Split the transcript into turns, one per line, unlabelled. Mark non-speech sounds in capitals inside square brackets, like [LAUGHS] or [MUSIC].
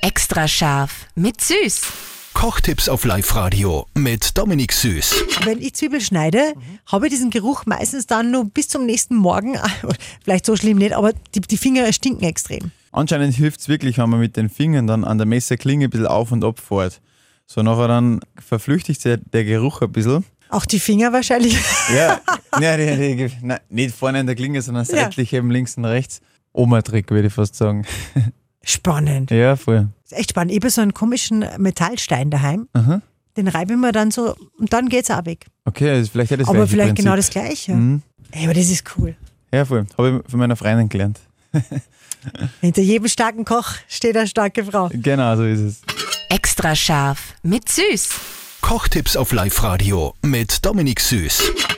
Extra scharf mit Süß.
Kochtipps auf Live-Radio mit Dominik Süß.
Wenn ich Zwiebel schneide,
Mhm.
habe ich diesen Geruch meistens dann nur bis zum nächsten Morgen. [LAUGHS] Vielleicht so schlimm nicht, aber die, die Finger stinken extrem.
Anscheinend hilft es wirklich, wenn man mit den Fingern dann an der Messerklinge ein bisschen auf und ab fährt. So nachher dann verflüchtigt sich der Geruch ein bisschen.
Auch die Finger wahrscheinlich. [LAUGHS]
Ja, ja die, die, die, [LAUGHS] nein, nicht vorne an der Klinge, sondern
Ja.
seitlich eben links und rechts. Oma-Trick, würde ich fast sagen.
Spannend.
Ja, voll.
Ist echt spannend. Ich habe so einen komischen Metallstein daheim.
Aha.
Den reibe ich mir dann so und dann geht's auch weg.
Okay, also vielleicht ja das
aber
gleiche
vielleicht
Prinzip.
genau das Gleiche.
Mhm.
Ey, aber das ist cool.
Ja, voll. Habe ich von meiner Freundin gelernt.
Hinter jedem starken Koch steht eine starke Frau.
Genau, so ist es.
Extra scharf mit Süß.
Kochtipps auf Live-Radio mit Dominik Süß.